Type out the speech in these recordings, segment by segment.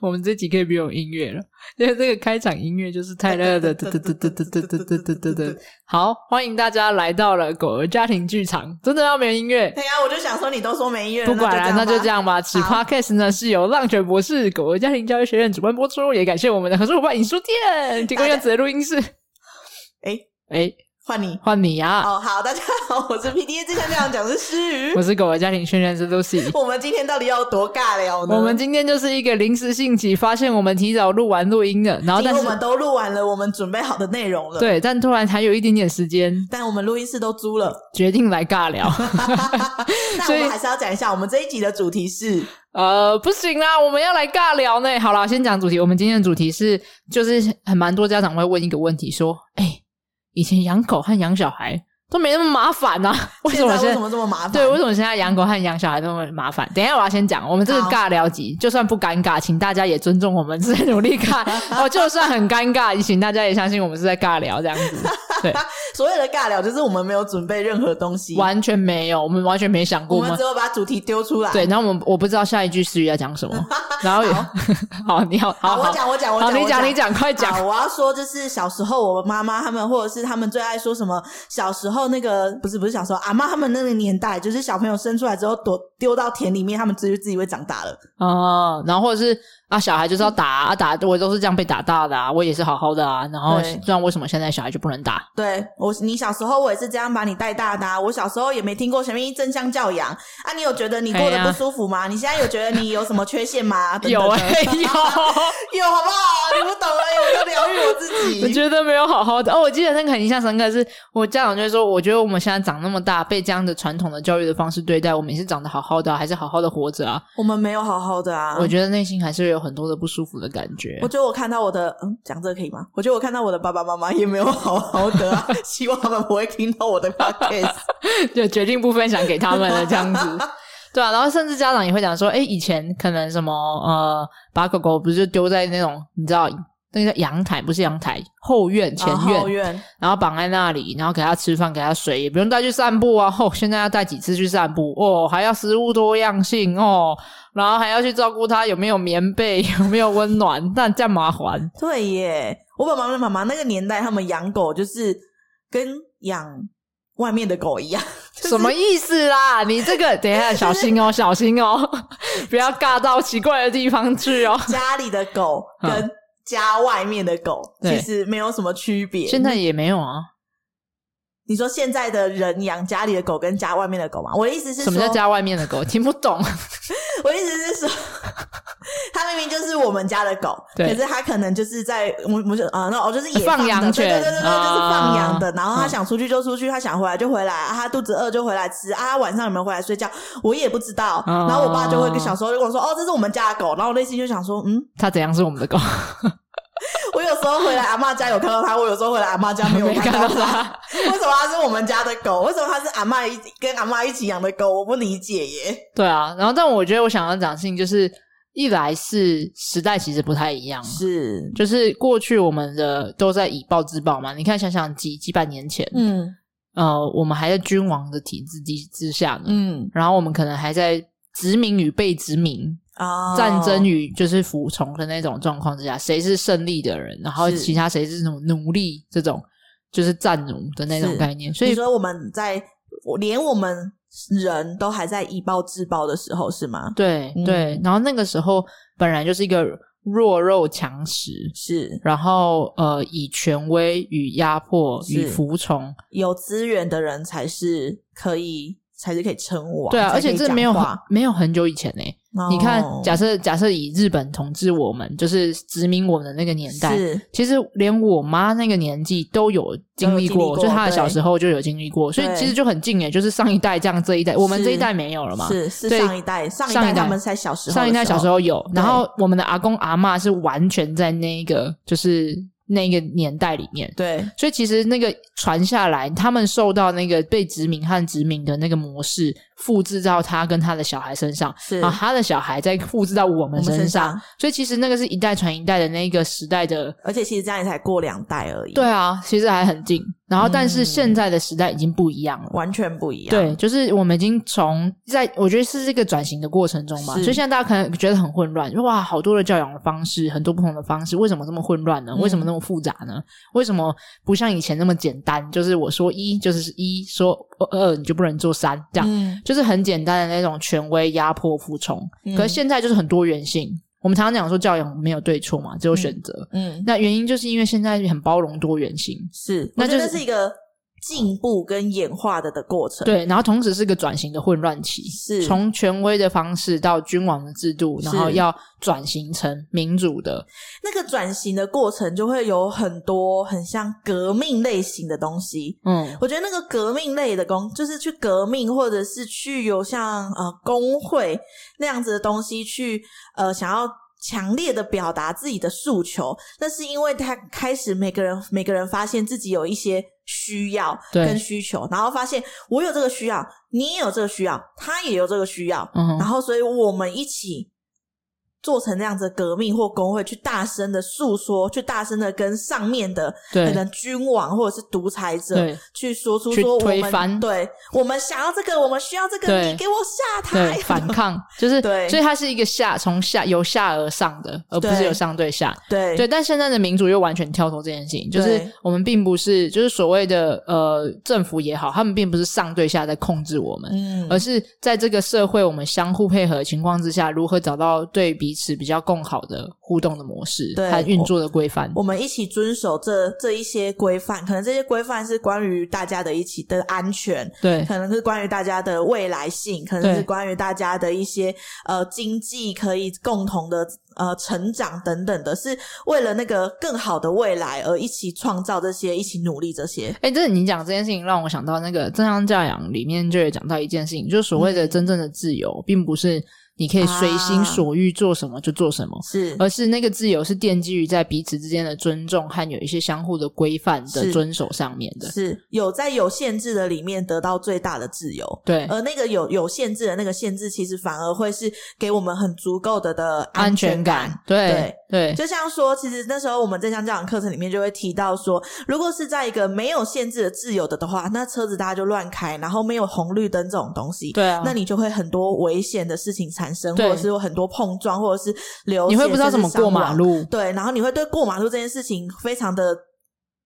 我们这集可以不用音乐了，因为这个开场音乐就是泰勒 的噔噔噔噔噔噔噔噔噔噔。好，欢迎大家来到了狗儿家庭剧场，真的要没有音乐？对呀、我就想说你都说没音乐了，不管了，那就就这样样吧。此好 podcast 呢是由浪犬博士狗儿家庭教育学院主办播出，也感谢我们的合作伙伴影书店提供大家样子的录音室。诶哎，吧。换你换你啊！哦，好，大家好，我是 P D A，今天这样讲是诗我雨。是狗儿家庭训练师 Lucy。我们今天到底要多尬聊呢？我们今天就是一个临时兴起，发现我们提早录完录音了，然后因为但我是们都录完了我们准备好的内容了，，对，但突然还有一点点时间，但我们录音室都租了，决定来尬聊。那所我以们还是要讲一下，我们这一集的主题是呃，不行啦，我们要来尬聊呢。好啦，先讲主题。我们今天的主题是，就是很蛮多家长会问一个问题，说：“哎、以前养狗和养小孩都没那么麻烦呐、为什现么在现 为在什么这么麻烦？对，为什么现在养狗和养小孩那么麻烦？等一下我要先讲，我们这个好尬聊集，就算不尴尬，请大家也尊重我们是在努力 尬，哦，就算很尴尬，也请大家也相信我们是在尬聊这样 子，所有的尬聊就是我们没有准备任何东西，完全没有，我们完全没想过我我们们只有把主题丢出来。对，然后我们我不知道下一句思语要 讲什么，然后也 好，你好，好，好我讲，我讲，我好，讲，你我讲，你讲，快好讲，我要说，就是小时候我妈妈他们，或者是他们最爱说什么，小时候那个不是不是小时候阿妈他们那个年代，就是小朋友生出来之后躲丢到田里面，他们自己自己会长大了。哦，然后或者是啊，小孩就是要打啊打，我都是这样被打大的啊，我也是好好的啊，然后对不然为什么现在小孩就不能打？对我，你小时候我也是这样把你带大的、啊，我小时候也没听过什么正向教养啊，你有觉得你过哎得呀不舒服吗？你现在有觉得你有什么缺 陷吗？等等有的哎、有， 有好不好？你不懂哎、我就疗愈我自己。 我觉得没有好好的哦。我记得那个很印象深刻的是，我家长就会说，我觉得我们现在长那么大，被这样的传统的教育的方式对待，我们也是长得好好的啊、还是好好的活着啊？我们没有好好的啊。我觉得内心还是会有很多的不舒服的感觉我。觉得我看到我的，嗯，讲这个可以吗？我觉得我看到我的爸爸妈妈也没有好好的、啊， 希望他们不会听到我的 podcast。 就决定不分享给 他们了，这样子。对啊，然后甚至家长也会讲说，哎，以前可能什么呃，把狗狗不是就丢在那种你知道那个叫阳台，不是阳台，后院前啊院，后院然后绑在那里，然后给它吃饭，给它水，也不用带去散步啊。哦，现在要带几次去散步哦，还要食物多样性哦，然后还要去照顾它有没有棉被， 有没有温暖，但这样麻烦。对耶，我爸爸妈妈那个年代，他们养狗就是跟养外面的狗一样， 什么意思啦？你这个等一下小心哦，小心哦， 不要尬到奇怪的地方去哦。家里的狗跟家外面的狗嗯对其实没有什么区别。现在也没有啊。你说现在的人养家里的狗跟家外面的狗嘛？我的意思是什么叫说家外面的狗？听不 懂。我意思是说，它明明就是我们家的狗，对可是它可能就是在我我就啊，那我就是野放的养犬对对对对，啊就是放养的。然后它嗯想出去就出去，它想回来就回来，啊，它肚子饿就回来吃，啊，它晚上有没有回来睡觉，我也不知道。啊然后我爸就会小时候就跟我说，哦，这是我们家的狗。然后我内心就想说，嗯，它怎样是我们的狗？我有时候回来阿嬷家有看到它，我有时候回来阿嬷家没有 没看看到到它。它。为什么它是我们家的狗？为什么它是阿嬷一跟阿嬷一起养的狗？我不理解耶。对啊，然后但我觉得我想要讲的事情就是，一来是时代其实不太一样，是，就是过去我们的都在以暴制暴嘛。你看，想想几几百年前，嗯呃，我们还在君王的体制之之下呢，嗯然后我们可能还在殖民与被殖民、啊，战争与就是服从的那种状况之下，谁是胜利的人，然后是其他谁是奴奴隶这种。就是战奴的那种是概念，所所以以说我们在我连我们人都还在以暴制暴的时候，是吗？对嗯对，然后那个时候本来就是一个弱肉强食，是然后呃以权威与压迫是与服从，有资源的人才是可以，才是可以称王。对啊，而且这没有才可以很讲哦没有很久以前呢、话，你看，假设设假设以日本统治我们，就是殖民我们的那个年代。是其实连我妈那个年纪都有经历都有经历过，过就她的对小时候就有经历过，所以对其实就很近诶，就是上一代这样，这一代我们是这一代没有了嘛，是是对上一代，上一上一代代他们在小时候的，上一代小时候有，对然后我们的阿公阿嬷是完全在那个就是那个年代里面，对所以其实那个传下来，他们受到那个被殖民和殖民的那个模式复制到他跟他的小孩身上，是然后他的小孩再复制到啊我我们们身上，身上，所以其实那个是一代传一代的那个时代的，啊而且其实这样也才过两代而已。对啊，其实还很近。然嗯后，但是现在的时代已经不一样了。完全不一样。对，就是我们已经从在我觉得是这个转型的过程中嘛，是所以现在大家可能觉得很混乱，哇，好多的教养的方式，很多不同的方式，为什么这么混乱呢？嗯为什么那么复杂呢？为什么不像以前那么简单？就是我说一就是一，说二你就不能做三，这样、嗯，就是很简单的那种权威压迫服从。嗯可是现在就是很多元性，我们常常讲说教养没有对错嘛，只有选择。嗯，那原因就是因为现在很包容多元性，是，那我觉就得那是是一个进步跟演化的的过程。，对，然后同时是个转型的混乱期，是从权威的方式到君王的制度，然后是要转型成民主的，那个转型的过程就会有很多很像革命类型的东西。嗯，我觉得那个革命类的工，就是去革命，或者是去有像呃工会那样子的东西去呃想要强烈的表达自己的诉求，那是因为他开始每个人每个人发现自己有一些需要对跟需求，然后发现我有这个需要，你也有这个需要，他也有这个需要，嗯然，后所以我们一起做成那样子的革命或工会，去大声的诉说，去大声的跟上面的可对能君王或者是独裁者对去说出去说我推们翻对我们想要这个，我们需要这个，对你给我下台对，，反抗就是，对所以它是一个下从下由下而上的，而不是对由上对下。对对，但现在的民主又完全跳脱这件事情，就是对我们并不是就是所谓的呃政府也好，他们并不是上对下在控制我们，嗯而是在这个社会我们相互配合的情况之下，如何找到对彼此比较更好的互动的模式对和运作的规范。我们一起遵守这这一些规范，可能这些规范是关于大家的一起的安全，对可能是关于大家的未来性，可能对是关于大家的一些呃经济可以共同的呃成长等等的，是为了那个更好的未来而一起创造这些，一起努力这些。哎、这你讲这件事情，让我想到那个《正向教养》里面就有讲到一件事情，就是所谓的真正的自由，并不是你可以随心嗯啊所欲做什么就做什么，是而是那个自由是奠基于在彼此之间的尊重和有一些相互的规范的是遵守上面的。是有在有限制的里面得到最大的自由。对，而那个有有限制的那个限制，其实反而会是给我们很足够的的安全全感，对对就像说，其实那时候我们正向教养课程里面就会提到说，如果是在一个没有限制的自由的的话，那车子大家就乱开，然后没有红绿灯这种东西，、对啊，那你就会很多危险的事情产生，或对者是有很多碰撞，或者是流血，你会不知道怎么甚至过伤亡马，路，对，然后你会对过马路这件事情非常的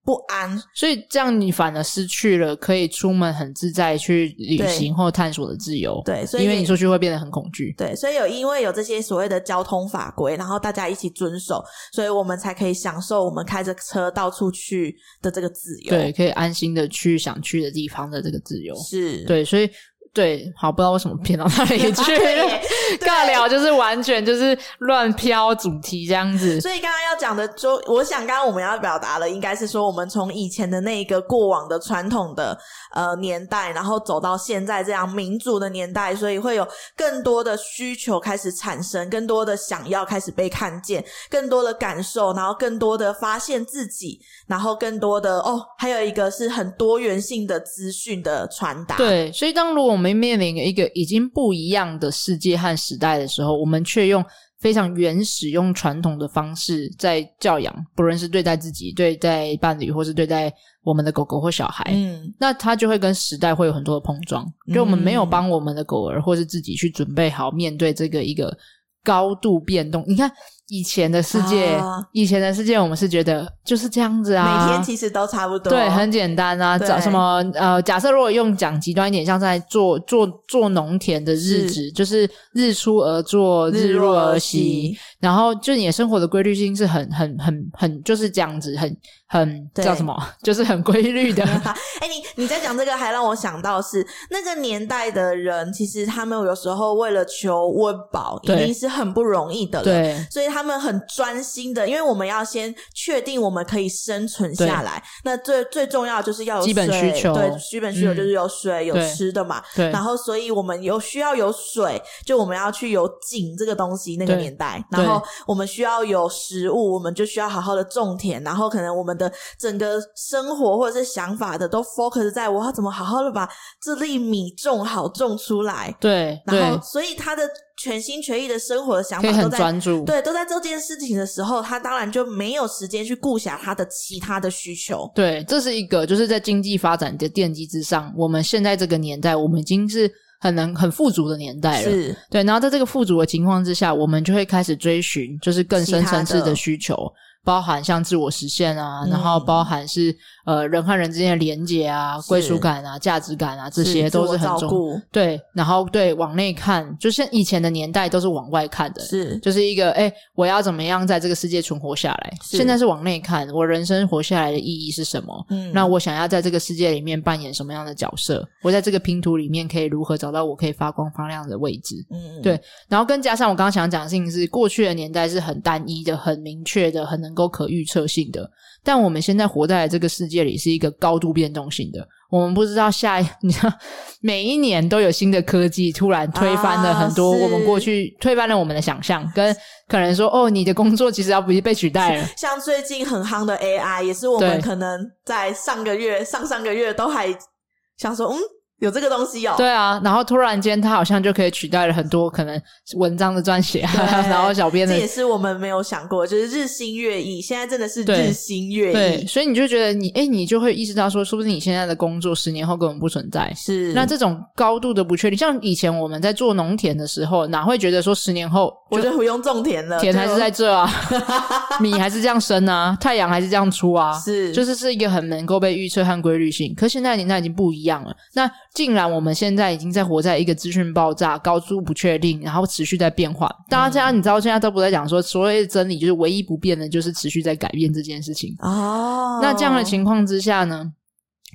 不安，所以这样你反而失去了可以出门很自在去旅行或探索的自由。对所以因为你你出去会变得很恐惧。对，所以有因为有这些所谓的交通法规，然后大家一起遵守，所以我们才可以享受我们开着车到处去的这个自由，对，，可以安心的去想去的地方的这个自由。是，对，所以对，好，不知道为什么偏到那里去 对耶了。 尬聊就是完全就是乱飘主题这样子。所以刚刚要讲的，就我想刚刚我们要表达的，应该是说我们从以前的那一个过往的传统的呃年代，然后走到现在这样民主的年代，所以会有更多的需求开始产生，更多的想要开始被看见，更多的感受，然后更多的发现自己，然后更多的哦，还有一个是很多元性的资讯的传达，，对，所以当如果我们面临一个已经不一样的世界和时代的时候，我们却用非常原始、用传统的方式在教养，不论是对待自己、对待伴侣，或是对待我们的狗狗或小孩，嗯，那它就会跟时代会有很多的碰撞。就我们没有帮我们的狗儿或是自己去准备好面对这个一个高度变动。你看以前的世界，啊以前的世界，我们是觉得就是这样子啊，每天其实都差不多，对，很简单啊，哦对找什么呃，假设如果用讲极端一点，像在做做做农田的日子，就是日出而作，日落落而息息，，然后就你的生活的规律性是很很很很就是这样子，很很对叫什么， 就是很规律 的。哎、你你在讲这个，还让我想到是那个年代的人，其实他们有时候为了求温饱，一对定是很不容易的了。对所以他们很专心的，因为我们要先确定我们可以生存下来。那最最重要的就是要有基本水需求对，基本需求嗯就是有水、有对吃的嘛。对然后，所以我们有需要有水，就我们要去有井这个东西，那个对年代，对然后我们需要有食物，我们就需要好好的种田，然后可能我们的整个生活或者是想法的都 focus 在我要怎么好好的把这粒米种好种出来，对然对后，所以他的全心全意的生活的想可以法都很在专注。对，都在这件事情的时候，他当然就没有时间去顾暇他的其他的需求。对，这是一个就是在经济发展的奠基之上，我们现在这个年代，我们已经是很能很富足的年代了。是，对，然后在这个富足的情况之下，我们就会开始追寻就是更深层次的需求，包含像自我实现啊，嗯然后包含是呃人和人之间的连结啊、是归属感啊、价值感啊，这是些自都是我很照重要。顾，对，然后对往内看，就像以前的年代都是往外看的，是就是一个哎、诶我要怎么样在这个世界存活下来？是现在是往内看，我人生活下来的意义是什么？嗯那我想要在这个世界里面扮演什么样的角色？我在这个拼图里面可以如何找到我可以发光发亮的位置？嗯对然后跟加上我刚刚想讲的事情是，过去的年代是很单一的、很明确的、很能够可预测性的，但我们现在活在这个世界里是一个高度变动性的。我们不知道下一， 你知道，每一年都有新的科技突然推翻了很多啊是我们过去推翻了我们的想象，跟可能说哦，你的工作其实要不被取代了，像最近很夯的 AI，也是我们对可能在上个月、上上个月都还想说，嗯，有这个东西哦。对啊，然后突然间它好像就可以取代了很多可能文章的撰写啊，对 然后小编的这也是我们没有想过，就是日新月异，现在真的是对日新月对，异，所以你就觉得你哎、你就会意识到说，说不定你现在的工作十年后根本不存在。是那这种高度的不确定，像以前我们在做农田的时候，哪会觉得说十年后我就不用种田了，田还就是在这啊，哦米还是这样生 啊，太阳还是这样出啊，是就是是一个很能够被预测和规律性。可现在年代已经不一样了，那竟然我们现在已经在活在一个资讯爆炸、高度不确定，然后持续在变化。大家现嗯在你知道现在都不在讲说所谓的真理，就是唯一不变的就是持续在改变这件事情。哦，那这样的情况之下呢，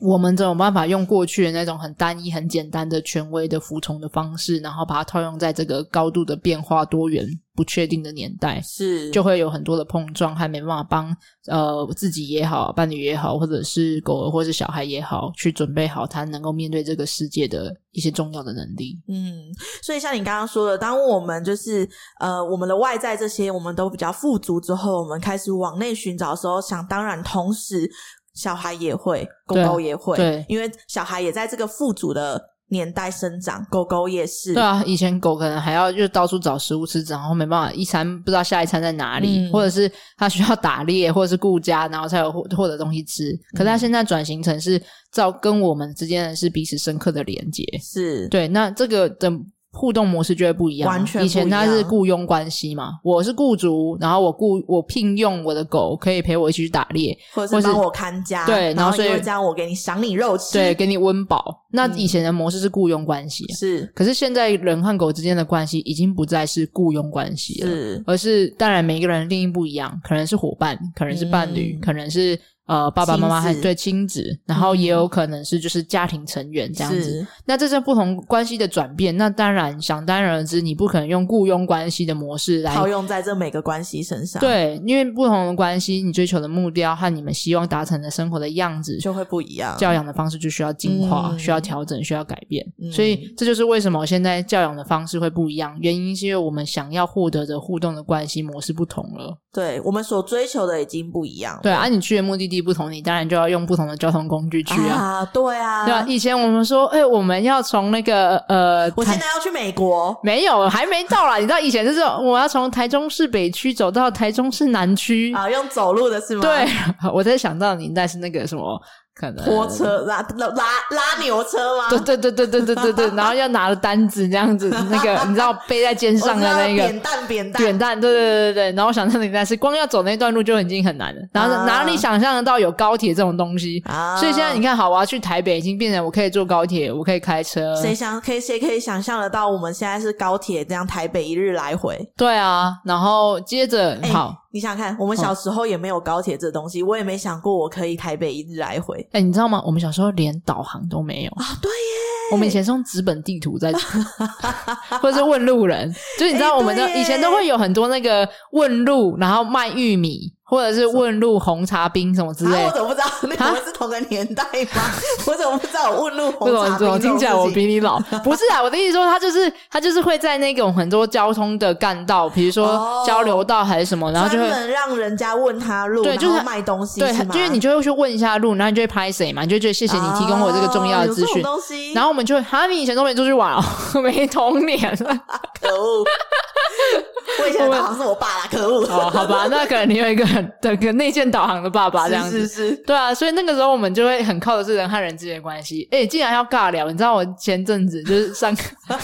我们怎么办法用过去的那种很单一、很简单的权威的服从的方式，然后把它套用在这个高度的变化、多元、不确定的年代？是就会有很多的碰撞，还没办法帮呃自己也好、伴侣也好，或者是狗儿或是小孩也好，去准备好他能够面对这个世界的一些重要的能力。嗯，所以像你刚刚说的，当我们就是呃，我们的外在这些我们都比较富足之后，我们开始往内寻找的时候，想当然，同时小孩也会，狗对啊狗也会，对因为小孩也在这个富足的年代生长，狗狗也是，对啊，以前狗可能还要就到处找食物吃，然后没办法一餐不知道下一餐在哪里，嗯或者是它需要打猎或者是顾家，然后才有获获得东西吃。可嗯是它现在转型成是照跟我们之间的是彼此深刻的连接，是，对，那这个的互动模式就会不一样嘛。完全以前不一它样啊是雇佣关系嘛，我是雇主，然后我雇我聘用我的狗可以陪我一起去打猎，或或者是是帮我看家，对然然后因所以为这样我给你赏你肉吃，对，，给你温饱。那嗯以前的模式是雇佣关系啊、是可是现在人和狗之间的关系已经不再是雇佣关系了，是而是当然每一个人定义不一样，可能是伙伴，可能是伴侣，嗯可能是呃爸爸妈妈还亲子对亲子，然后也嗯有可能是就是家庭成员这样子。是，那这是不同关系的转变，那当然想当然而知，你不可能用雇佣关系的模式来套用在这每个关系身上，，对，因为不同的关系，你追求的目标和你们希望达成的生活的样子。就会不一样，教养的方式就需要进化，嗯需要调整，需要改变，嗯所以这就是为什么现在教养的方式会不一样。原因是因为我们想要获得的互动的关系模式不同了。对我们所追求的已经不一样了，对啊，你去的目的地不同，你当然就要用不同的交通工具去啊。啊，对啊，对啊，以前我们说，哎、我们要从那个呃，我台现在要去美国，没有，还没到啦。你知道以前就是我要从台中市北区走到台中市南区。啊，用走路的是嗯吗？对，， 我在想到你那是那个什么，可能拖。车拉拉拉拉牛车吗？对对对对对对对对，然后要拿着单子这样子，那个你知道背在肩我上知的道那个扁担扁担，扁担，对对对对对。然后我想到你那是光要走那段路就已经很难了，然后啊哪里想象得到有高铁这种东西？啊所以现在你看，好，我要去台北，已经变成我可以坐高铁，我可以开车，谁想可以谁可以想象得到，我们现在是高铁这样台北一日来回。对啊。然后接着哎好，你想想看，我们小时候也没有高铁这东西，我也没想过我可以台北一日来回。哎、你知道吗？我们小时候连导航都没有啊！对耶，我们以前是用纸本地图在， 或者是问路人。就是你知道，哎我们的、对耶以前都会有很多那个问路，然后卖玉米，或者是问路红茶冰什么之啊，类我的。怎么不知道？那啊我们是同个年代 吗？我怎么不知道？我问路为红什么茶怎么冰听这起来种我事情，比你 老？不是啊，我的意思说，他就是他就是会在那种很多交通的干道，比如说哦交流道还是什么，然后就专会门让人家问他路，对然就是后卖东西，对，是吗就是你就会去问一下路，然后你就会拍谁嘛，你就觉得谢谢你提供我这个重要啊的有资这种讯。东 西，然后我们就会，哈，你以前都没出去玩哦，没童年。可恶！ 我以前的导航是我爸啦，可恶！哦，好吧，那可能你有一个 很那个内建导航的爸爸这样子。是是是，对啊，所以那个时候我们就会很靠的是人和人之间的关系。哎、竟然要尬聊，你知道我前阵子就是上个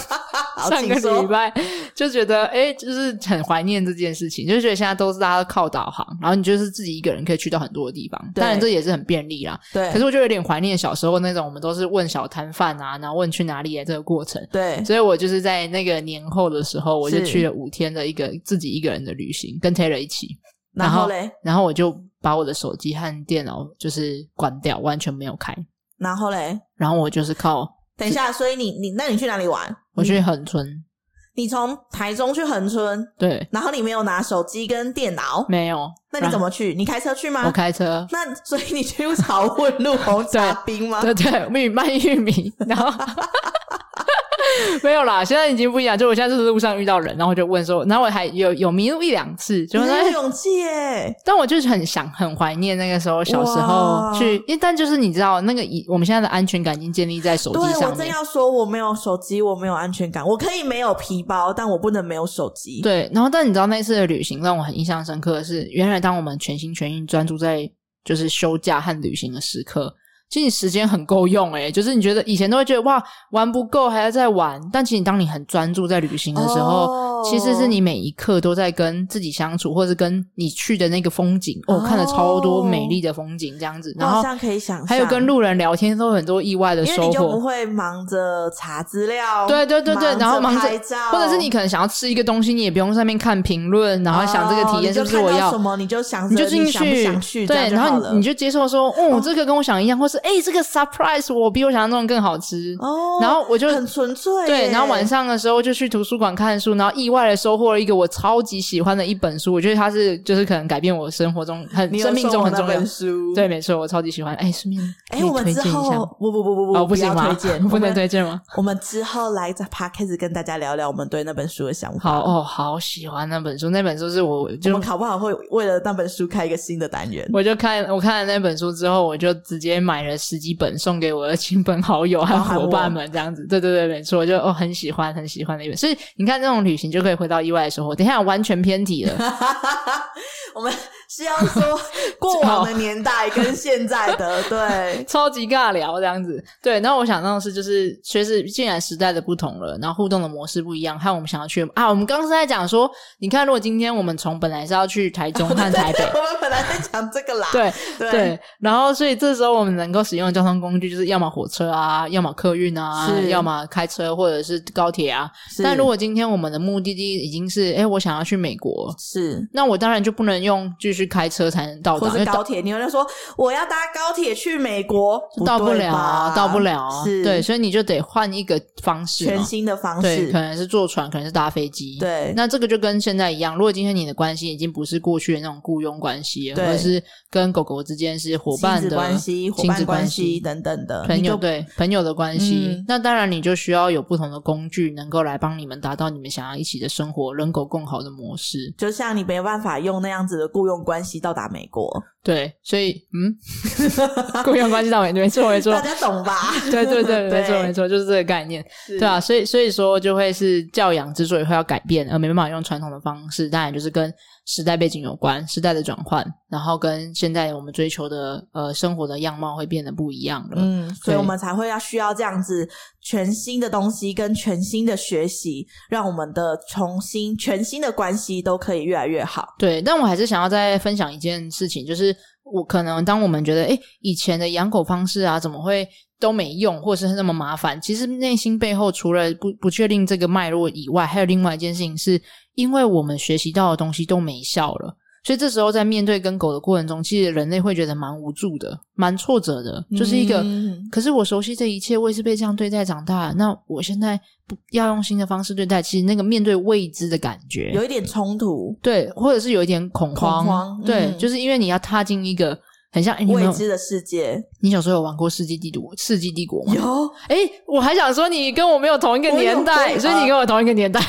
好，上请个礼说。拜就觉得，哎、就是很怀念这件事情，就觉得现在都是大家靠导航，然后你就是自己一个人可以去到很多的地方，对当然这也是很便利啦。可对是我就有点怀念小时候那种，我们都是问小摊贩啊，然后问去哪里的这个过程。对，所以我就是在那个年后的时候，我就是去了五天的一个自己一个人的旅行，跟 Taylor 一起。然后后嘞，然后我就把我的手机和电脑就是关掉，完全没有开。然后嘞，然后我就是靠等一下，所以你你那你去哪里玩？我去横村，你从台中去恒春，对，然后你没有拿手机跟电脑，没有。那你怎么去？你开车去然后？吗嗯我？开车， 那所以你去草混路红茶冰吗？ 对对，玉米卖玉米，然 后没有啦，现在已经不一样。就我现在就是路上遇到人，然后我就问说，然后我还有有迷路一两次，就你是很哎有勇气耶！但我就是很想很怀念那个时候小时候哇去，因为但就是你知道那个以我们现在的安全感已经建立在手机对我上正面。要说，我没有手机，我没有安全感，我可以没有皮包，但我不能没有手机。对，然后但你知道那次的旅行让我很印象深刻的是，原来当我们全心全意专注在就是休假和旅行的时刻，其实你时间很够用诶、就是你觉得以前都会觉得哇玩不够还要再玩，但其实你当你很专注在旅行的时候，哦其实是你每一刻都在跟自己相处，或是跟你去的那个风景哦，看了超多美丽的风景这样子，我然好后像可以想象，还有跟路人聊天都有很多意外的因为收你就不获。会忙着查资料，对对对对，然后忙着拍照，或者是你可能想要吃一个东西，你也不用上面看评论，然后想这个体验是不是我哦你就看到要，什么你就想着你就进想不想去，这对，样就然好后了你你就接受说，哦，这个跟我想一样，或是哎，这个 surprise 我比我想象中的更好吃，哦，然后我就很纯粹耶，对，然后晚上的时候就去图书馆看书，然后意外的收获了一个我超级喜欢的一本书，我觉得它是就是可能改变我生活中很你有生命送中我很那重要本。书，对，没错，我超级喜欢。哎，顺便可哎、以我们推之荐一下后吗不不不不不，哦，不行要吗推荐，？ 不能推荐。荐吗？我们之后来在 podcast 跟大家聊聊我们对那本书的想法。好哦，好喜欢那本书，那本书是我我就们考不好会为了那本书开一个新的单元。我就看我看了那本书之后，我就直接买了十几本送给我的亲朋好友和包含伙我伴们，这样子。对对对，没错，我就哦很喜欢很喜欢的一本。所以你看，这种旅行就可以回到意外的生活。等一下我完全偏题了， 我们是要 说过往的年代跟现在的，对，超级尬聊这样子。对，然后我想到的是，就是随着既然时代的不同了，然后互动的模式不一样，和我们想要去啊，我们刚刚是在讲说，你看，如果今天我们从本来是要去台中和台北。我们本来在讲这个啦， 对对对，然后所以这时候我们能够使用的交通工具就是要么火车啊，要么客运啊，是要么开车或者是高铁啊。是但如果今天我们的目的地已经是，哎，我想要去美国，是。那我当然就不能用继续开车才能到达，或因为是到高铁，你有人说我要搭高铁去美国，到不对了啊吧，到不了啊。是对，所以你就得换一个方式嘛，哦全新的方对，式可，能是坐船，可能是搭飞机。，对，那这个就跟现在一样，如果今天你的关系已经不是过去的那种雇佣关系了，对而是跟狗狗之间是伙亲伴子的关系、伙亲伴子关系系。等等的，朋你友就对朋友的关系，嗯那当然你就需要有不同的工具，能够来帮你们达到你们想要一起的生活、人狗共好的模式。就像你没有办法用那样子的雇佣关系到达美国，对，所以嗯，雇佣关系到没没错没错 大，家懂吧？对对 对，没错对没错，就是这个概念。是对啊，，所以所以说就会是教养之所以会要改变，呃而没办法用传统的方式，当然就是跟时代背景有关，时代的转换，然后跟现在我们追求的呃生活的样貌会变得不一样了。嗯，所对以我们才会要需要这样子全新的东西跟全新的学习，让我们的重新全新的关系都可以越来越好。对，但我还是想要再分享一件事情，就是我可能当我们觉得诶以前的养狗方式啊，怎么会都没用，或者是那么麻烦？其实内心背后除了不不确定这个脉络以外，还有另外一件事情是，因为我们学习到的东西都没效了。所以这时候在面对跟狗的过程中，其实人类会觉得蛮无助的，蛮挫折的，就是一个。嗯可是我熟悉这一切，我也是被这样对待长大的。那我现在不要用新的方式对待，其实那个面对未知的感觉，有一点冲突，对，或者是有一点恐慌，恐慌对，嗯就是因为你要踏进一个很像，哎，你有没未有知的 世界你小时候有玩过世纪帝国》《世纪帝国》吗？有哎，我还想说你跟我没有同一个我有年代，对所以呃你跟我同一个年代。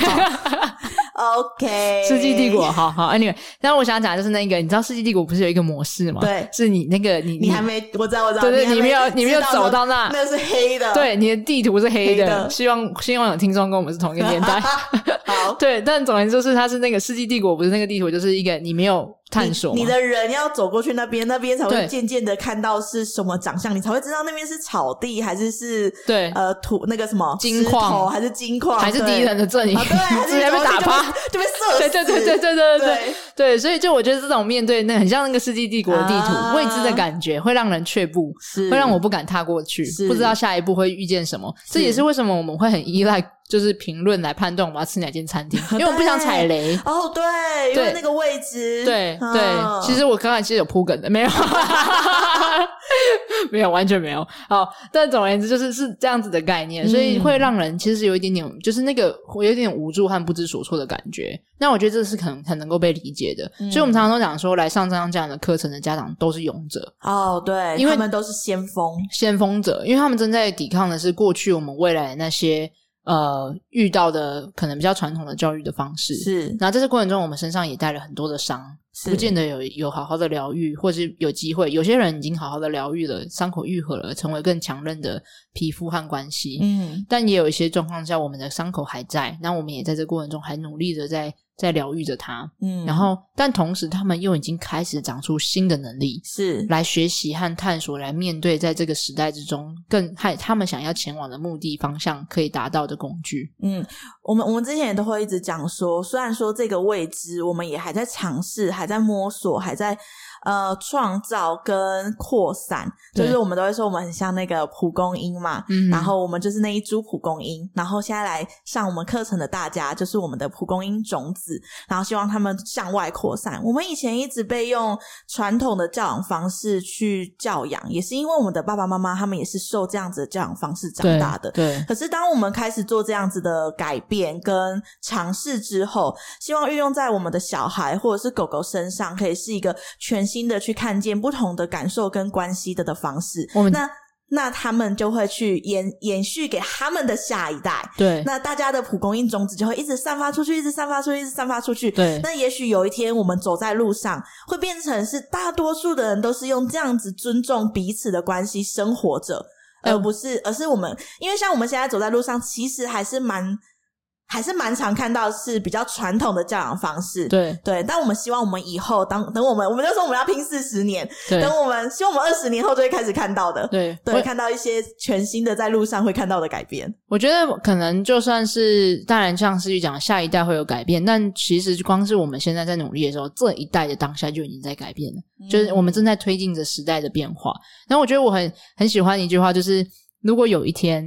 呃， OK， 《 世纪帝国》好好，Anyway，但我想讲就是那个，你知道《世纪帝国》不是有一个模式吗？对是你那个你你还没，我知道，我知道，对对还你没有你没有知道走说到那那是黑的，，对你的地图是黑的，黑的希望希望有听众跟我们是同一个年代。 好，对，但总而言之就是它是那个《世纪帝国》，不是那个地图，就是一个你没有探索嘛你，你的人要走过去那边，那边才会对渐渐的看到是什么长相，你才会知道那边是草地还是是对呃土那个什么金石头矿还是金矿，还是哦对敌人的阵营， 啊，对，还是直接被打趴。， 就被射死， 对对对对对对对对对对，所以就我觉得这种面对那很像那个世纪帝国的地图、啊未知的感觉，会让人却步，是会让我不敢踏过去是，不知道下一步会遇见什么。这也是为什么我们会很依赖就是评论来判断我们要吃哪间餐 厅，因为我不想踩雷。哦，对，因为对那个位置，对嗯对，其实我刚才其实有铺梗的，没有， 没有，完全没有。好，但总而言之就是是这样子的概念，所以嗯会让人其实有一点点，就是那个会有一点无助和不知所措的感觉。那我觉得这是很很能够被理解的，所以我们常常都讲说，来上这样这样的课程的家长都是勇者、哦，对，因为他们都是先锋，先锋者，因为他们正在抵抗的是过去我们未来的那些呃遇到的可能比较传统的教育的方式。是然后在这过程中，我们身上也带了很多的伤，不是见得有有好好的疗愈，或是有机会。有些人已经好好的疗愈了，伤口愈合了，成为更强韧的皮肤和关系。嗯，但也有一些状况下，我们的伤口还在，那我们也在这过程中还努力的在在疗愈着它。嗯，然后，但同时他们又已经开始长出新的能力，是来学习和探索，来面对在这个时代之中更害他们想要前往的目的方向可以达到的工具。嗯，我们我们之前也都会一直讲说，虽然说这个未知，我们也还在尝试，还在摸索，还在呃创造跟扩散，就对是我们都会说我们很像那个蒲公英嘛。嗯，然后我们就是那一株蒲公英，然后现在来上我们课程的大家，就是我们的蒲公英种子，然后希望他们向外扩散。我们以前一直被用传统的教养方式去教养，也是因为我们的爸爸妈妈他们也是受这样子的教养方式长对大的，对可是，当我们开始做这样子的改变跟尝试之后，希望运用在我们的小孩或者是狗狗身上，可以是一个全新的去看见不同的感受跟关系的的方式。我们那那他们就会去延延续给他们的下一代。对那大家的蒲公英种子就会一直散发出去，一直散发出去，一直散发出去。对那也许有一天，我们走在路上，会变成是大多数的人都是用这样子尊重彼此的关系生活着，而嗯不是，而是我们，因为像我们现在走在路上，其实还是蛮，还是蛮常看到是比较传统的教养方式。对对，但我们希望我们以后，当等我们，我们就说我们要拼四十年，对等我们，希望我们二十年后就会开始看到的。对对，看到一些全新的在路上会看到的改变。我觉得可能就算是，当然像思雨讲，下一代会有改变，但其实光是我们现在在努力的时候，这一代的当下就已经在改变了，就是我嗯们正在推进着时代的变化。然后我觉得我很很喜欢一句话，就是如果有一天，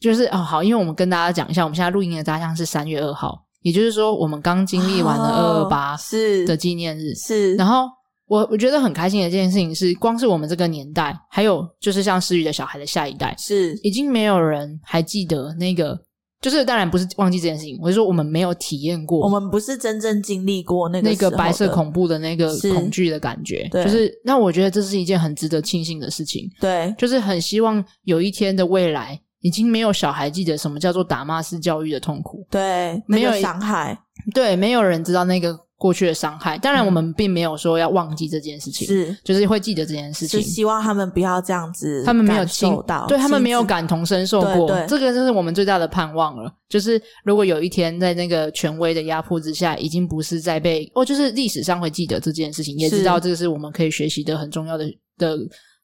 就是哦好，因为我们跟大家讲一下，我们现在录音的大象是三月二号，也就是说我们刚经历完了二哦二八是的纪念日，是，然后我我觉得很开心的一件事情是，光是我们这个年代，还有就是像思雨的小孩的下一代，是已经没有人还记得那个，就是当然不是忘记这件事情，我是说我们没有体验过我们不是真正经历过那个那时候个的白色，恐怖的那个是恐惧的感觉，对就是那我觉得这是一件很值得庆幸的事情，对就是很希望有一天的未来。已经没有小孩记得什么叫做打骂式教育的痛苦，对，没有那个伤害对，没有人知道那个过去的伤害。当然，嗯我们并没有说要忘记这件事情，是就是会记得这件事情是。希望他们不要这样子，他们没有经受到，对他们亲没有自，感同身受对过，对这个就是我们最大的盼望了。就是如果有一天在那个权威的压迫之下，已经不是在被哦，就是历史上会记得这件事情，也是知道这是我们可以学习的很重要的的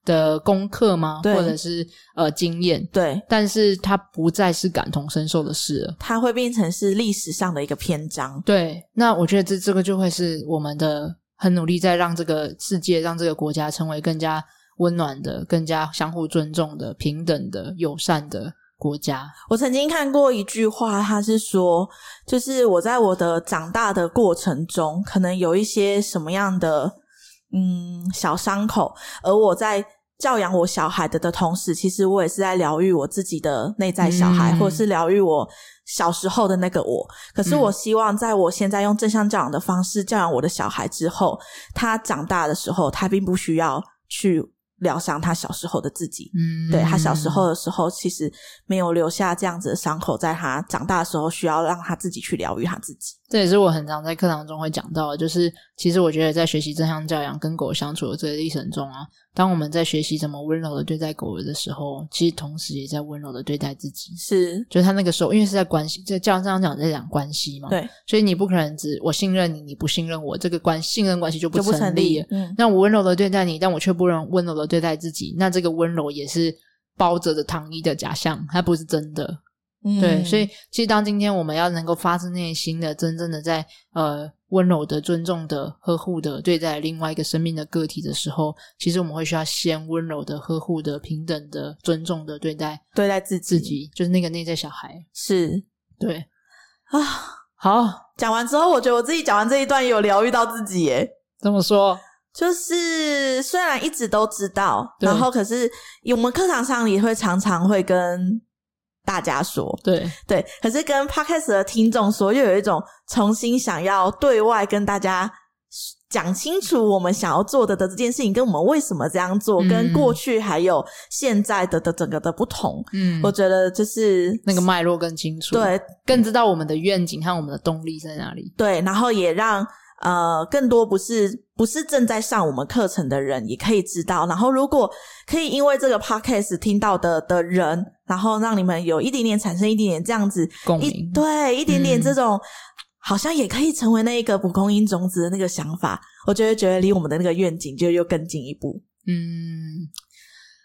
的功课吗？对或者是呃经验？对，但是它不再是感同身受的事了。它会变成是历史上的一个篇章。对，那我觉得这这个就会是我们的很努力在让这个世界、让这个国家成为更加温暖的、更加相互尊重的、平等的、友善的国家。我曾经看过一句话，他是说，就是我在我的长大的过程中，可能有一些什么样的嗯小伤口，而我在教养我小孩的的同时，其实我也是在疗愈我自己的内在小孩，嗯或者是疗愈我小时候的那个我。可是我希望，在我现在用正向教养的方式教养我的小孩之后，他长大的时候，他并不需要去疗伤他小时候的自己。嗯，对他小时候的时候，其实没有留下这样子的伤口，在他长大的时候需要让他自己去疗愈他自己。这也是我很常在课堂中会讲到的，就是其实我觉得在学习正向教养跟狗相处的这个历程中啊，当我们在学习怎么温柔的对待狗的时候，其实同时也在温柔的对待自己。是就是他那个时候，因为是在关系，在教这样讲在讲关系嘛，对，所以你不可能只我信任你，你不信任我，这个关信任关系就不就不成成立了。嗯，那我温柔的对待你，但我却不能温柔的对待自己，那这个温柔也是包着的糖衣的假象，它不是真的。对，所嗯以其实当今天我们要能够发自内心的、真正的在呃温柔的、尊重的、呵护的对待另外一个生命的个体的时候，其实我们会需要先温柔的、呵护的、平等的、尊重的对待对待自己自己，就是那个内在小孩。是对，啊。好，讲完之后，我觉得我自己讲完这一段也有疗愈到自己耶。这么说，就是虽然一直都知道，对然后可是我们课堂上也会常常会跟大家说，对，对，可是跟 podcast 的听众说，又有一种重新想要对外跟大家讲清楚我们想要做的的这件事情，跟我们为什么这样做，嗯跟过去还有现在的的整个的不同，嗯我觉得就是那个脉络更清楚，，对更知道我们的愿景和我们的动力在哪里。对，然后也让呃更多不是不是正在上我们课程的人也可以知道。然后如果可以因为这个 podcast 听到的的人，然后让你们有一点点产生一点点这样子共一鸣对一点点嗯这种。好像也可以成为那一个蒲公英种子的那个想法，我就会觉得离我们的那个愿景就又更进一步。嗯，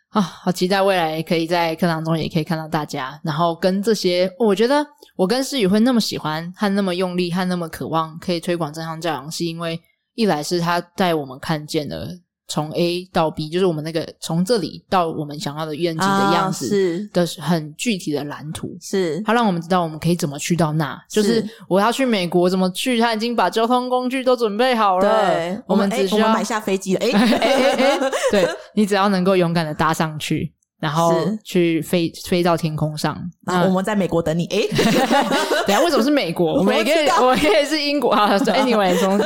啊，好期待未来可以在课堂中也可以看到大家，然后跟这些，我觉得我跟诗雨会那么喜欢和那么用力和那么渴望可以推广正向教养，是因为一来是他带我们看见了从 A 到 B，就是我们那个从这里到我们想要的愿景的样啊子是的很具体的蓝图，是，他让我们知道我们可以怎么去到那，就是是我要去美国怎么去，他已经把交通工具都准备好了，对，我们哎只需我要、们买下飞机了，哎、 哎哎哎 哎对你只要能够勇敢的搭上去，然后是去飞飞到天空上。然那后我们在美国等你， 哎、等一下为什么是美 国？我我们也可知以，道我们也是英国。 好所以，anyway，从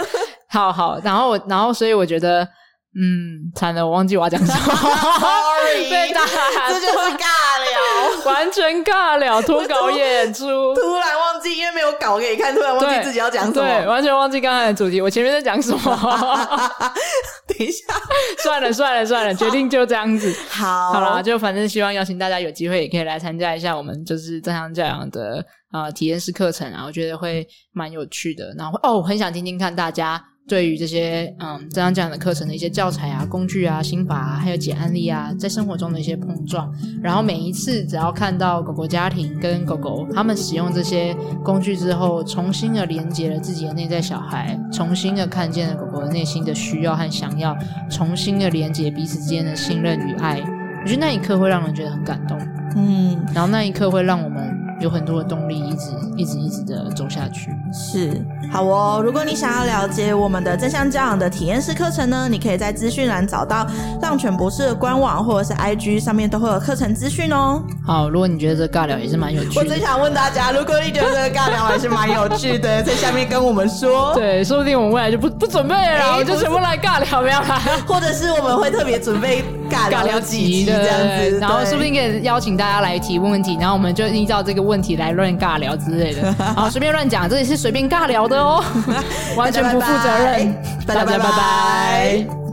好好，然后我，然后所以我觉得，嗯，惨了，我忘记我要讲什么， Sorry，被大家这就是尬 聊。完全尬聊，脱稿演出。突然忘记，因为没有稿给你看，突然忘对记自己要讲什对，么。完全忘记刚才的主题，我前面在讲什么？ 等一下， 算了算了算了，决定就这样子。好，好啦，就反正希望邀请大家有机会也可以来参加一下我们就是正向教养的呃体验式课程啊，我觉得会蛮有趣的。然后哦，我很想听听看大家对于这些嗯正向教养的课程的一些教材啊、工具啊、心法啊，还有解案例啊，在生活中的一些嗯碰撞。然后每一次只要看到狗狗家庭跟狗狗他们使用这些工具之后，重新的连接了自己的内在小孩，重新的看见了狗狗的内心的需要和想要，重新的连接彼此之间的信任与爱。我觉得那一刻会让人觉得很感动，嗯，然后那一刻会让我们有很多的动力，一直一直一直的走下去。是好哦。如果你想要了解我们的正向教养的体验式课程呢，你可以在资讯栏找到浪犬博士的官网或者是 IG 上面都会有课程资讯哦。好，如果你觉得这尬聊也是蛮有趣我的真。想问大家，如果你觉得尬聊还是蛮有趣的，在下面跟我们说。对，说不定我们未来就不不准备了啦，哎我就不是全部来尬聊，没有啦，或者是我们会特别准备 尬尬聊聊几集集的这样子，然后对说不定可以邀请大家来提问问题，然后我们就依照这个问题来乱尬聊之类的，好，随便乱讲， 这里是随便尬聊的哦，完全不负责任，大家大家拜拜拜拜